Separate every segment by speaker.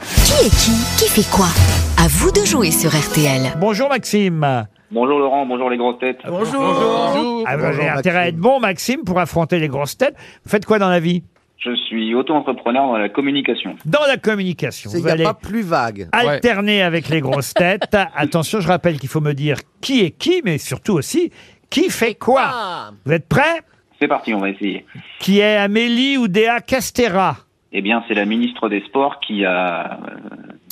Speaker 1: Qui est qui Qui fait quoi À vous de jouer sur RTL.
Speaker 2: Bonjour Maxime.
Speaker 3: Bonjour Laurent, bonjour les grosses têtes.
Speaker 2: Ah, vous avez intérêt à être bon Maxime pour affronter les grosses têtes. Vous faites quoi dans la vie
Speaker 3: Je suis auto-entrepreneur dans la communication.
Speaker 2: Dans la communication.
Speaker 4: Il
Speaker 2: Vous
Speaker 4: n'y a
Speaker 2: allez
Speaker 4: pas plus vague.
Speaker 2: alterner avec les grosses têtes. Attention, je rappelle qu'il faut me dire qui est qui, mais surtout aussi qui fait quoi. Vous êtes prêts
Speaker 3: C'est parti, on va essayer.
Speaker 2: Qui est Amélie ou Déa Castera
Speaker 3: Eh bien, c'est la ministre des Sports qui a euh,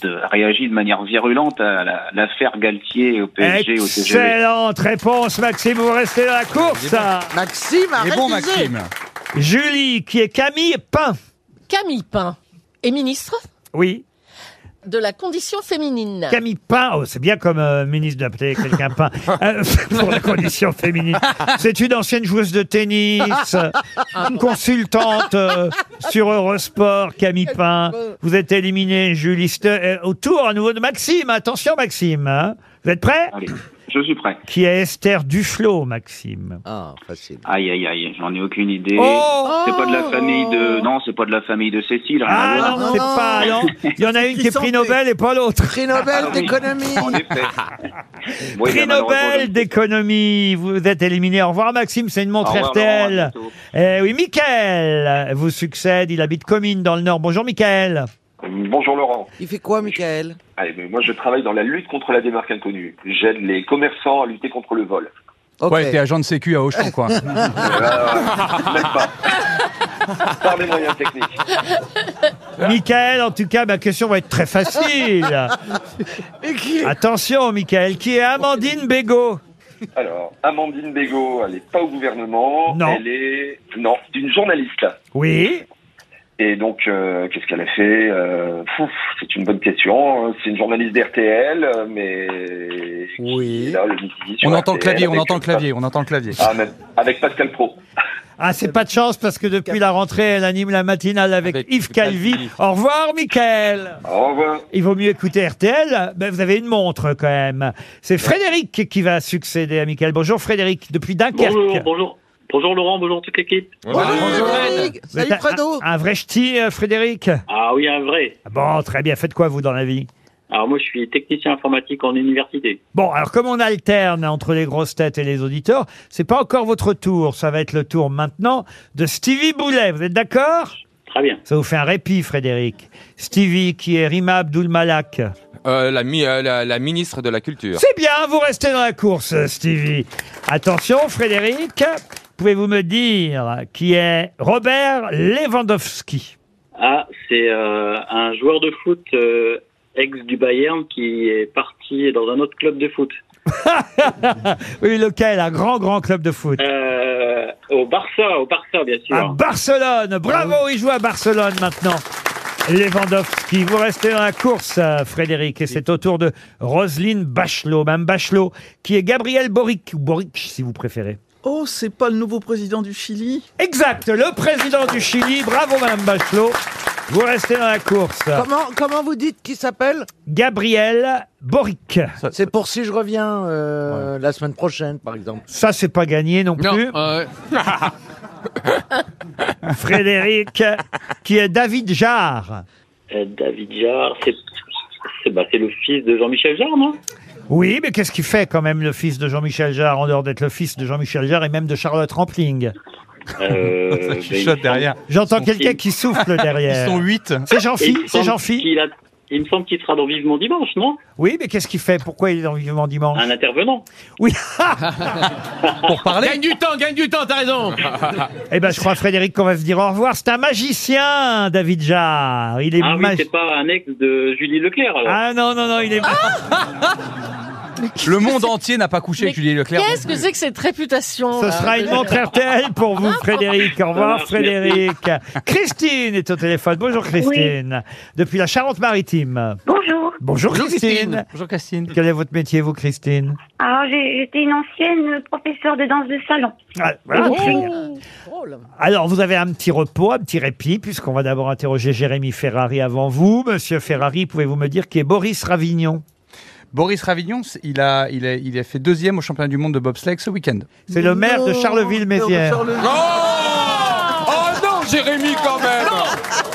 Speaker 3: de- réagi de manière virulente à la- l'affaire Galtier au PSG, au TGV.
Speaker 2: Excellente réponse Maxime, vous restez dans la course.
Speaker 4: Maxime, arrête
Speaker 5: bon,
Speaker 4: d'user.
Speaker 5: Maxime.
Speaker 2: Julie qui est Camille Pain.
Speaker 6: Camille Pain est ministre
Speaker 2: Oui.
Speaker 6: de la condition féminine.
Speaker 2: Camille Pain, oh, c'est bien comme euh, ministre d'appeler quelqu'un Pain Euh, pour la condition féminine. C'est une ancienne joueuse de tennis, euh, une consultante euh, sur Eurosport, Camille Pain. Vous êtes éliminé, Julie. Ste- euh, au tour à nouveau de Maxime. Attention, Maxime. hein. Vous êtes prêts
Speaker 3: Allez, je suis prêt.
Speaker 2: Qui est Esther Duflo, Maxime
Speaker 4: Ah, facile.
Speaker 3: Aïe, aïe, aïe, j'en ai aucune idée.
Speaker 2: Oh
Speaker 3: c'est pas de la famille de... Non, c'est pas de la famille de Cécile. rien à
Speaker 2: Ah
Speaker 3: voir.
Speaker 2: non, c'est pas. Non. Il y en a une qui est prix Nobel et pas l'autre.
Speaker 4: Prix
Speaker 3: Ah
Speaker 4: Nobel
Speaker 3: oui,
Speaker 4: d'économie.
Speaker 3: En effet. Bon, eh bien,
Speaker 2: Prix
Speaker 3: malheureusement,
Speaker 2: Nobel d'économie, vous êtes éliminé. Au revoir Maxime, c'est une
Speaker 3: Au
Speaker 2: montre
Speaker 3: revoir, Laurent, à
Speaker 2: RTL.
Speaker 3: bientôt.
Speaker 2: Eh oui, Michael vous succède, il habite Comines dans le Nord. Bonjour Michael.
Speaker 7: Bonjour Laurent.
Speaker 4: Il fait quoi, Michael
Speaker 7: Allez, mais moi je travaille dans la lutte contre la démarque inconnue. J'aide les commerçants à lutter contre le vol.
Speaker 4: Ok.
Speaker 5: Ouais, t'es
Speaker 8: Eh.
Speaker 5: agent de sécu à Auchan, quoi.
Speaker 7: Par les moyens techniques.
Speaker 2: Michael, en tout cas, ma question va être très facile. Attention Michael, qui est Amandine Bégaud
Speaker 7: Alors, Amandine Bégaud, elle n'est pas au gouvernement.
Speaker 2: Non.
Speaker 7: Elle est. Non, c'est une journaliste.
Speaker 2: Oui,
Speaker 7: Et donc, euh, qu'est-ce qu'elle a fait Euh, pouf, C'est une bonne question. hein. C'est une journaliste d'RTL, euh, mais.
Speaker 4: Oui.
Speaker 7: Là, le midi sur
Speaker 5: On entend le
Speaker 7: RTL,
Speaker 5: clavier, on
Speaker 7: avec-
Speaker 5: entend le clavier, on entend le clavier.
Speaker 7: Ah, même avec Pascal Pro.
Speaker 2: ah c'est pas de chance parce que depuis la rentrée, elle anime la matinale avec,
Speaker 5: Avec
Speaker 2: Yves Calvi.
Speaker 5: Calvi.
Speaker 2: Au revoir Michael.
Speaker 7: Au revoir.
Speaker 2: Il vaut mieux écouter RTL. Ben, vous avez une montre quand même. C'est Frédéric qui va succéder à Michael. Bonjour Frédéric, depuis Dunkerque.
Speaker 9: Bonjour, bonjour. Bonjour Laurent, bonjour toute l'équipe.
Speaker 4: Salut, Frédéric.
Speaker 2: Vous êtes
Speaker 4: Salut,
Speaker 2: un-
Speaker 4: Fredo.
Speaker 2: Un, un vrai ch'ti, euh, Frédéric
Speaker 9: Ah oui, un vrai.
Speaker 2: Bon, très bien. Faites quoi, vous, dans la vie
Speaker 9: Alors moi, je suis technicien informatique en université.
Speaker 2: Bon, alors comme on alterne entre les grosses têtes et les auditeurs, c'est pas encore votre tour. Ça va être le tour maintenant de Stevie Boulet. Vous êtes d'accord
Speaker 9: Très bien.
Speaker 2: Ça vous fait un répit, Frédéric. Stevie, qui est Rima Abdul-Malak.
Speaker 8: Euh, la, mi- euh, la, la ministre de la Culture.
Speaker 2: C'est bien, vous restez dans la course, Stevie. Attention, Frédéric, pouvez-vous me dire qui est Robert Lewandowski
Speaker 9: Ah, c'est euh, un joueur de foot euh, ex du Bayern qui est parti dans un autre club de foot.
Speaker 2: Oui, lequel Un grand, grand club de foot.
Speaker 9: Euh, au Barça, au Barça, bien sûr.
Speaker 2: À Barcelone. Bravo,
Speaker 10: Ah
Speaker 2: il joue à Barcelone maintenant. Lewandowski, vous restez dans la course, euh, Frédéric, et c'est au tour de Roselyne Bachelot, Mme Bachelot, qui est Gabriel Boric, ou Boric si vous préférez.
Speaker 10: Oh, c'est pas le nouveau président du Chili
Speaker 2: Exact, le président du Chili, bravo Mme Bachelot, vous restez dans la course.
Speaker 4: Comment, comment vous dites qui s'appelle
Speaker 2: Gabriel Boric.
Speaker 4: C'est pour si je reviens euh, la semaine prochaine, par exemple.
Speaker 2: Ça, c'est pas gagné non
Speaker 8: Non,
Speaker 2: plus.
Speaker 8: euh,
Speaker 2: Frédéric, qui est David Jarre.
Speaker 9: Euh, David Jarre, c'est c'est bah, c'est le fils de Jean-Michel Jarre, non
Speaker 2: Oui, mais qu'est-ce qu'il fait quand même le fils de Jean-Michel Jarre, en dehors d'être le fils de Jean-Michel Jarre et même de Charlotte Rampling
Speaker 9: euh,
Speaker 5: Ça
Speaker 9: ben, il me
Speaker 5: chuchote
Speaker 9: semble-
Speaker 5: derrière.
Speaker 8: Euh.
Speaker 2: J'entends
Speaker 9: Son
Speaker 2: quelqu'un
Speaker 9: fils.
Speaker 2: qui souffle
Speaker 5: Ils
Speaker 2: derrière.
Speaker 5: sont 8.
Speaker 2: C'est
Speaker 9: et il
Speaker 2: Jean-Phi,
Speaker 9: me
Speaker 2: c'est
Speaker 9: semble
Speaker 2: Jean-Phi.
Speaker 9: qu'il a- Il me semble qu'il sera dans Vivement Dimanche, non
Speaker 2: Oui, mais qu'est-ce qu'il fait Pourquoi il est dans Vivement Dimanche
Speaker 9: Un intervenant.
Speaker 2: Oui,
Speaker 5: Pour parler,
Speaker 8: gagne du temps, gagne du temps, t'as raison.
Speaker 2: eh ben je crois Frédéric qu'on va se dire au revoir. C'est un magicien, David Jarre. Il est
Speaker 9: Ah oui,
Speaker 2: magi-
Speaker 9: c'est pas un ex de Julie Leclerc, alors.
Speaker 2: Ah non, non, non, il est...
Speaker 5: le monde entier n'a pas couché
Speaker 6: Mais
Speaker 5: avec Julie Leclerc.
Speaker 6: Qu'est-ce que c'est que cette réputation
Speaker 2: Ce
Speaker 6: là, Ah,
Speaker 2: sera
Speaker 6: de-
Speaker 2: une montre RTL pour vous, Frédéric. Au revoir, Frédéric. Christine est au téléphone. Bonjour, Christine. Depuis la Charente-Maritime.
Speaker 11: Bonjour.
Speaker 2: Bonjour, Christine.
Speaker 5: Bonjour Christine.
Speaker 2: Quel est votre métier, vous, Christine
Speaker 11: Alors, j'ai- j'étais une ancienne professeure de danse de salon.
Speaker 2: Ah, voilà.
Speaker 6: Oh là.
Speaker 2: Alors, vous avez un petit repos, un petit répit, puisqu'on va d'abord interroger Jérémy Ferrari avant vous. Monsieur Ferrari, pouvez-vous me dire qui est Boris Ravignon
Speaker 5: Boris Ravignon, c'est- il a, il, a, il a fait deuxième au championnat du monde de bobsleigh ce week-end.
Speaker 2: C'est le maire de Charleville-Mézières.
Speaker 8: Oh, oh non, Jérémy quand même.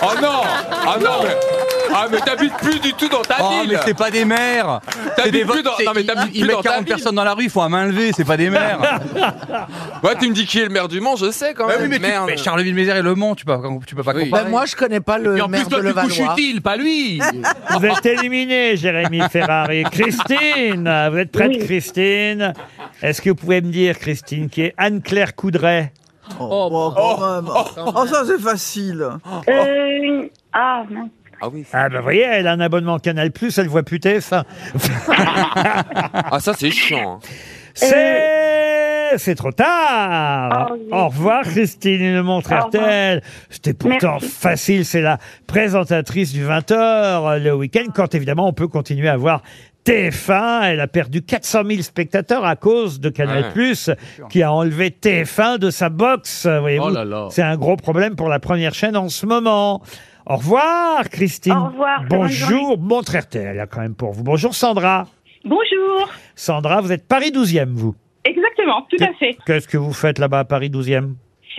Speaker 8: Oh non, ah non. mais- Ah, mais t'habites plus du tout dans ta
Speaker 5: Oh,
Speaker 8: ville
Speaker 5: mais c'est pas des maires C'est des
Speaker 8: T'habites
Speaker 5: votes,
Speaker 8: plus dans...
Speaker 5: c'est-
Speaker 8: Non, mais
Speaker 5: ils-
Speaker 8: t'habites
Speaker 5: Ils
Speaker 8: plus
Speaker 5: mettent
Speaker 8: dans ta
Speaker 5: 40
Speaker 8: ville.
Speaker 5: personnes dans la rue, il faut un main levée, c'est pas des maires
Speaker 8: Ouais, tu me dis qui est le maire du Mans, je sais quand
Speaker 5: Bah
Speaker 8: même.
Speaker 5: oui, mais, tu-
Speaker 8: Merde.
Speaker 5: mais Charleville-Mézières et Le Mans, tu peux, tu peux pas comparer.
Speaker 4: Ben, moi, je connais pas le maire de Levallois.
Speaker 5: pas lui
Speaker 2: Vous êtes éliminé, Jérémy Ferrari. Christine, vous êtes prête,
Speaker 6: Oui.
Speaker 2: Christine Est-ce que vous pouvez me dire, Christine, qui est Anne-Claire Coudray
Speaker 10: Oh, bah, quand même. Oh, ça, c'est facile.
Speaker 11: Euh, une- Ah, mince.
Speaker 8: Ah oui.
Speaker 2: Ah ben vous voyez, elle a un abonnement Canal+, elle voit plus TF1.
Speaker 8: Ah, ça, c'est chiant. hein.
Speaker 2: C'est... C'est trop tard
Speaker 8: Euh, Ah oui.
Speaker 2: Au revoir Christine, une montre
Speaker 8: Au revoir.
Speaker 2: RTL. C'était pourtant
Speaker 8: Merci.
Speaker 2: facile, c'est la présentatrice du 20h le week-end, quand évidemment on peut continuer à voir TF1. Elle a perdu 400 000 spectateurs à cause de Canal+, qui a enlevé TF1 de sa box. voyez-vous.
Speaker 12: Oh là là.
Speaker 2: C'est un gros problème pour la première chaîne en ce moment. Au revoir Christine.
Speaker 11: Au revoir, très bonne
Speaker 2: Bonjour, montre RTL là, quand même pour vous. Bonjour Sandra.
Speaker 11: Bonjour.
Speaker 2: Sandra, vous êtes Paris 12e, vous
Speaker 13: Exactement, tout à fait.
Speaker 2: Qu'est-ce que vous faites là-bas à Paris 12e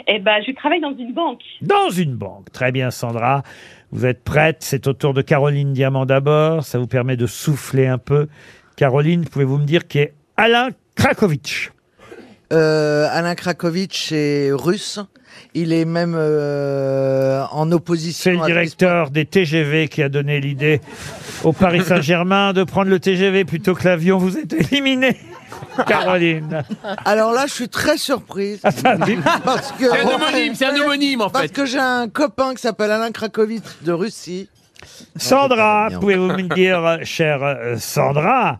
Speaker 13: Eh ben, je travaille dans une banque.
Speaker 2: Dans une banque. Très bien, Sandra. Vous êtes prête C'est au tour de Caroline Diamant d'abord. Ça vous permet de souffler un peu. Caroline, pouvez-vous me dire qui est Alain Krakowicz
Speaker 4: Euh, Alain Krakowicz est russe. Il est même euh, en opposition.
Speaker 2: C'est le
Speaker 4: à-
Speaker 2: directeur des TGV qui a donné l'idée au Paris Saint-Germain de prendre le TGV plutôt que l'avion. Vous êtes éliminée, Caroline.
Speaker 4: Alors là, je suis très surprise.
Speaker 2: oui.
Speaker 4: parce que
Speaker 2: C'est un homonyme, c'est un homonyme, en
Speaker 4: Parce
Speaker 2: fait.
Speaker 4: que j'ai un copain qui s'appelle Alain Krakowicz de Russie.
Speaker 2: Sandra,
Speaker 10: Ah,
Speaker 2: pouvez-vous me dire, euh, chère euh, Sandra,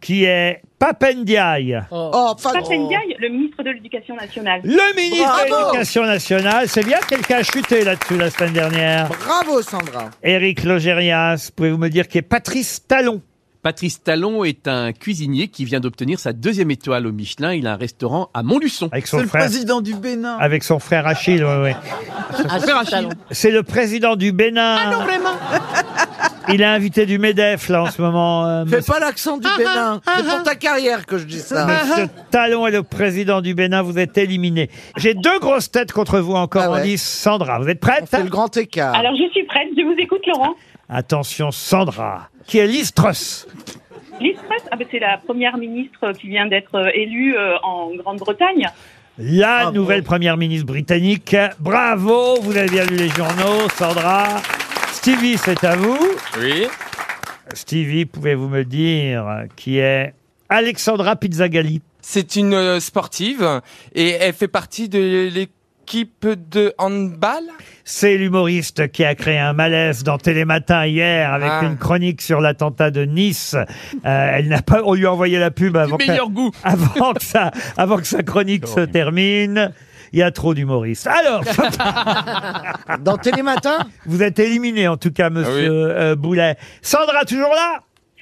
Speaker 2: qui est Papendiaï
Speaker 4: Oh,
Speaker 13: Pap Ndiaye, le ministre de l'Éducation nationale.
Speaker 2: Le ministre de l'Éducation nationale, c'est bien quelqu'un a chuté là-dessus la semaine dernière.
Speaker 4: Bravo Sandra.
Speaker 2: Éric Logérias, pouvez-vous me dire qui est Patrice Talon
Speaker 12: Patrice Talon est un cuisinier qui vient d'obtenir sa deuxième étoile au Michelin. Il a un restaurant à Montluçon.
Speaker 2: Avec son C'est le frère. président
Speaker 10: du Bénin.
Speaker 2: avec son frère Achille ouais, ouais. C'est le président du Bénin.
Speaker 10: Ah non, vraiment
Speaker 2: Il a invité du Medef là en ce moment. euh,
Speaker 4: Fais
Speaker 2: monsieur-
Speaker 4: pas l'accent du Bénin.
Speaker 2: ah,
Speaker 4: C'est pour ta carrière que je dis ça.
Speaker 2: Monsieur Talon est le président du Bénin, vous êtes éliminé. J'ai deux grosses têtes contre vous encore en 10. Sandra, vous êtes prête C'est le
Speaker 4: grand
Speaker 8: Ah.
Speaker 4: écart.
Speaker 13: Alors, je suis prête, je vous écoute, Laurent.
Speaker 2: Attention, Sandra, qui est Listros.
Speaker 13: Liz Truss, ah ben, c'est la première ministre qui vient d'être euh, élue euh, en Grande-Bretagne.
Speaker 2: La nouvelle première ministre britannique. Bravo, vous avez bien lu les journaux, Sandra. Stevie, c'est à vous.
Speaker 8: Oui.
Speaker 2: Stevie, pouvez-vous me dire euh, qui est Alexandra Pizzagalli
Speaker 8: C'est une euh, sportive et elle fait partie de l'équipe de handball.
Speaker 2: C'est l'humoriste qui a créé un malaise dans Télématin hier avec
Speaker 8: Ah.
Speaker 2: une chronique sur l'attentat de Nice. Euh, elle n'a pas, on lui a envoyé la pub avant,
Speaker 8: meilleur
Speaker 2: que,
Speaker 8: goût.
Speaker 2: avant que sa, avant que sa chronique se termine. Il y a trop d'humoristes. Alors,
Speaker 4: dans Télématin,
Speaker 2: vous êtes éliminé en tout cas, Monsieur euh, Boulet. Sandra, toujours là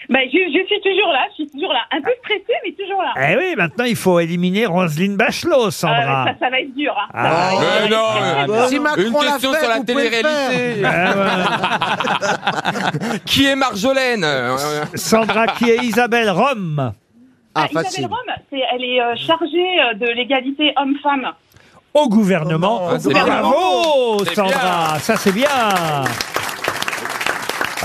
Speaker 13: Ben, je, je suis toujours là, je suis toujours là. Un peu stressée, mais toujours là.
Speaker 2: Eh oui, maintenant il faut éliminer Roselyne Bachelot, Sandra.
Speaker 13: Ah, ça, ça va être dur. hein. Ça va
Speaker 2: Ah.
Speaker 13: être-
Speaker 2: Mais
Speaker 13: ça va être très, très dur.
Speaker 8: une question sur la télé-réalité.
Speaker 4: Ah,
Speaker 2: euh,
Speaker 8: qui est Marjolaine Euh,
Speaker 2: Sandra, qui est Isabelle Rome
Speaker 13: Ah, Isabelle Rome, c'est- elle est euh, chargée euh, de l'égalité homme-femme.
Speaker 2: au gouvernement.
Speaker 13: Ah, c'est
Speaker 2: Bravo,
Speaker 13: bien. C'est
Speaker 2: Sandra, ça c'est bien. Ah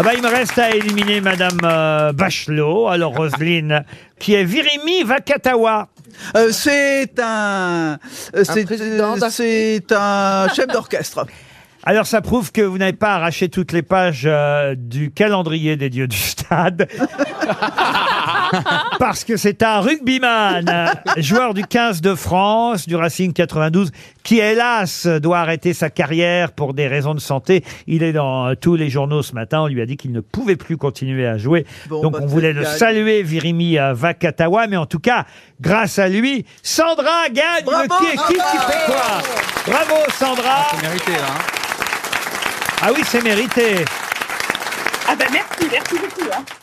Speaker 2: bah, il me reste à éliminer Madame euh, Bachelot, alors Roselyne, qui est Virimi Vakatawa.
Speaker 10: Euh, c'est un, euh, c'est euh, c'est un chef d'orchestre.
Speaker 2: Alors ça prouve que vous n'avez pas arraché toutes les pages euh, du calendrier des dieux du stade. Parce que c'est un rugbyman, euh, joueur du 15 de France, du Racing 92, qui hélas doit arrêter sa carrière pour des raisons de santé. Il est dans euh, tous les journaux ce matin, on lui a dit qu'il ne pouvait plus continuer à jouer.
Speaker 10: Bon,
Speaker 2: Donc
Speaker 10: bah,
Speaker 2: on
Speaker 10: c'est
Speaker 2: voulait le
Speaker 10: bien.
Speaker 2: saluer, Virimi euh, Vakatawa, mais en tout cas, grâce à lui, Sandra gagne le
Speaker 10: Bravo,
Speaker 2: qui qui fait quoi Bravo Sandra
Speaker 5: Ah, C'est mérité, là. hein.
Speaker 2: Ah oui, c'est mérité.
Speaker 13: Ah ben merci, merci beaucoup. hein.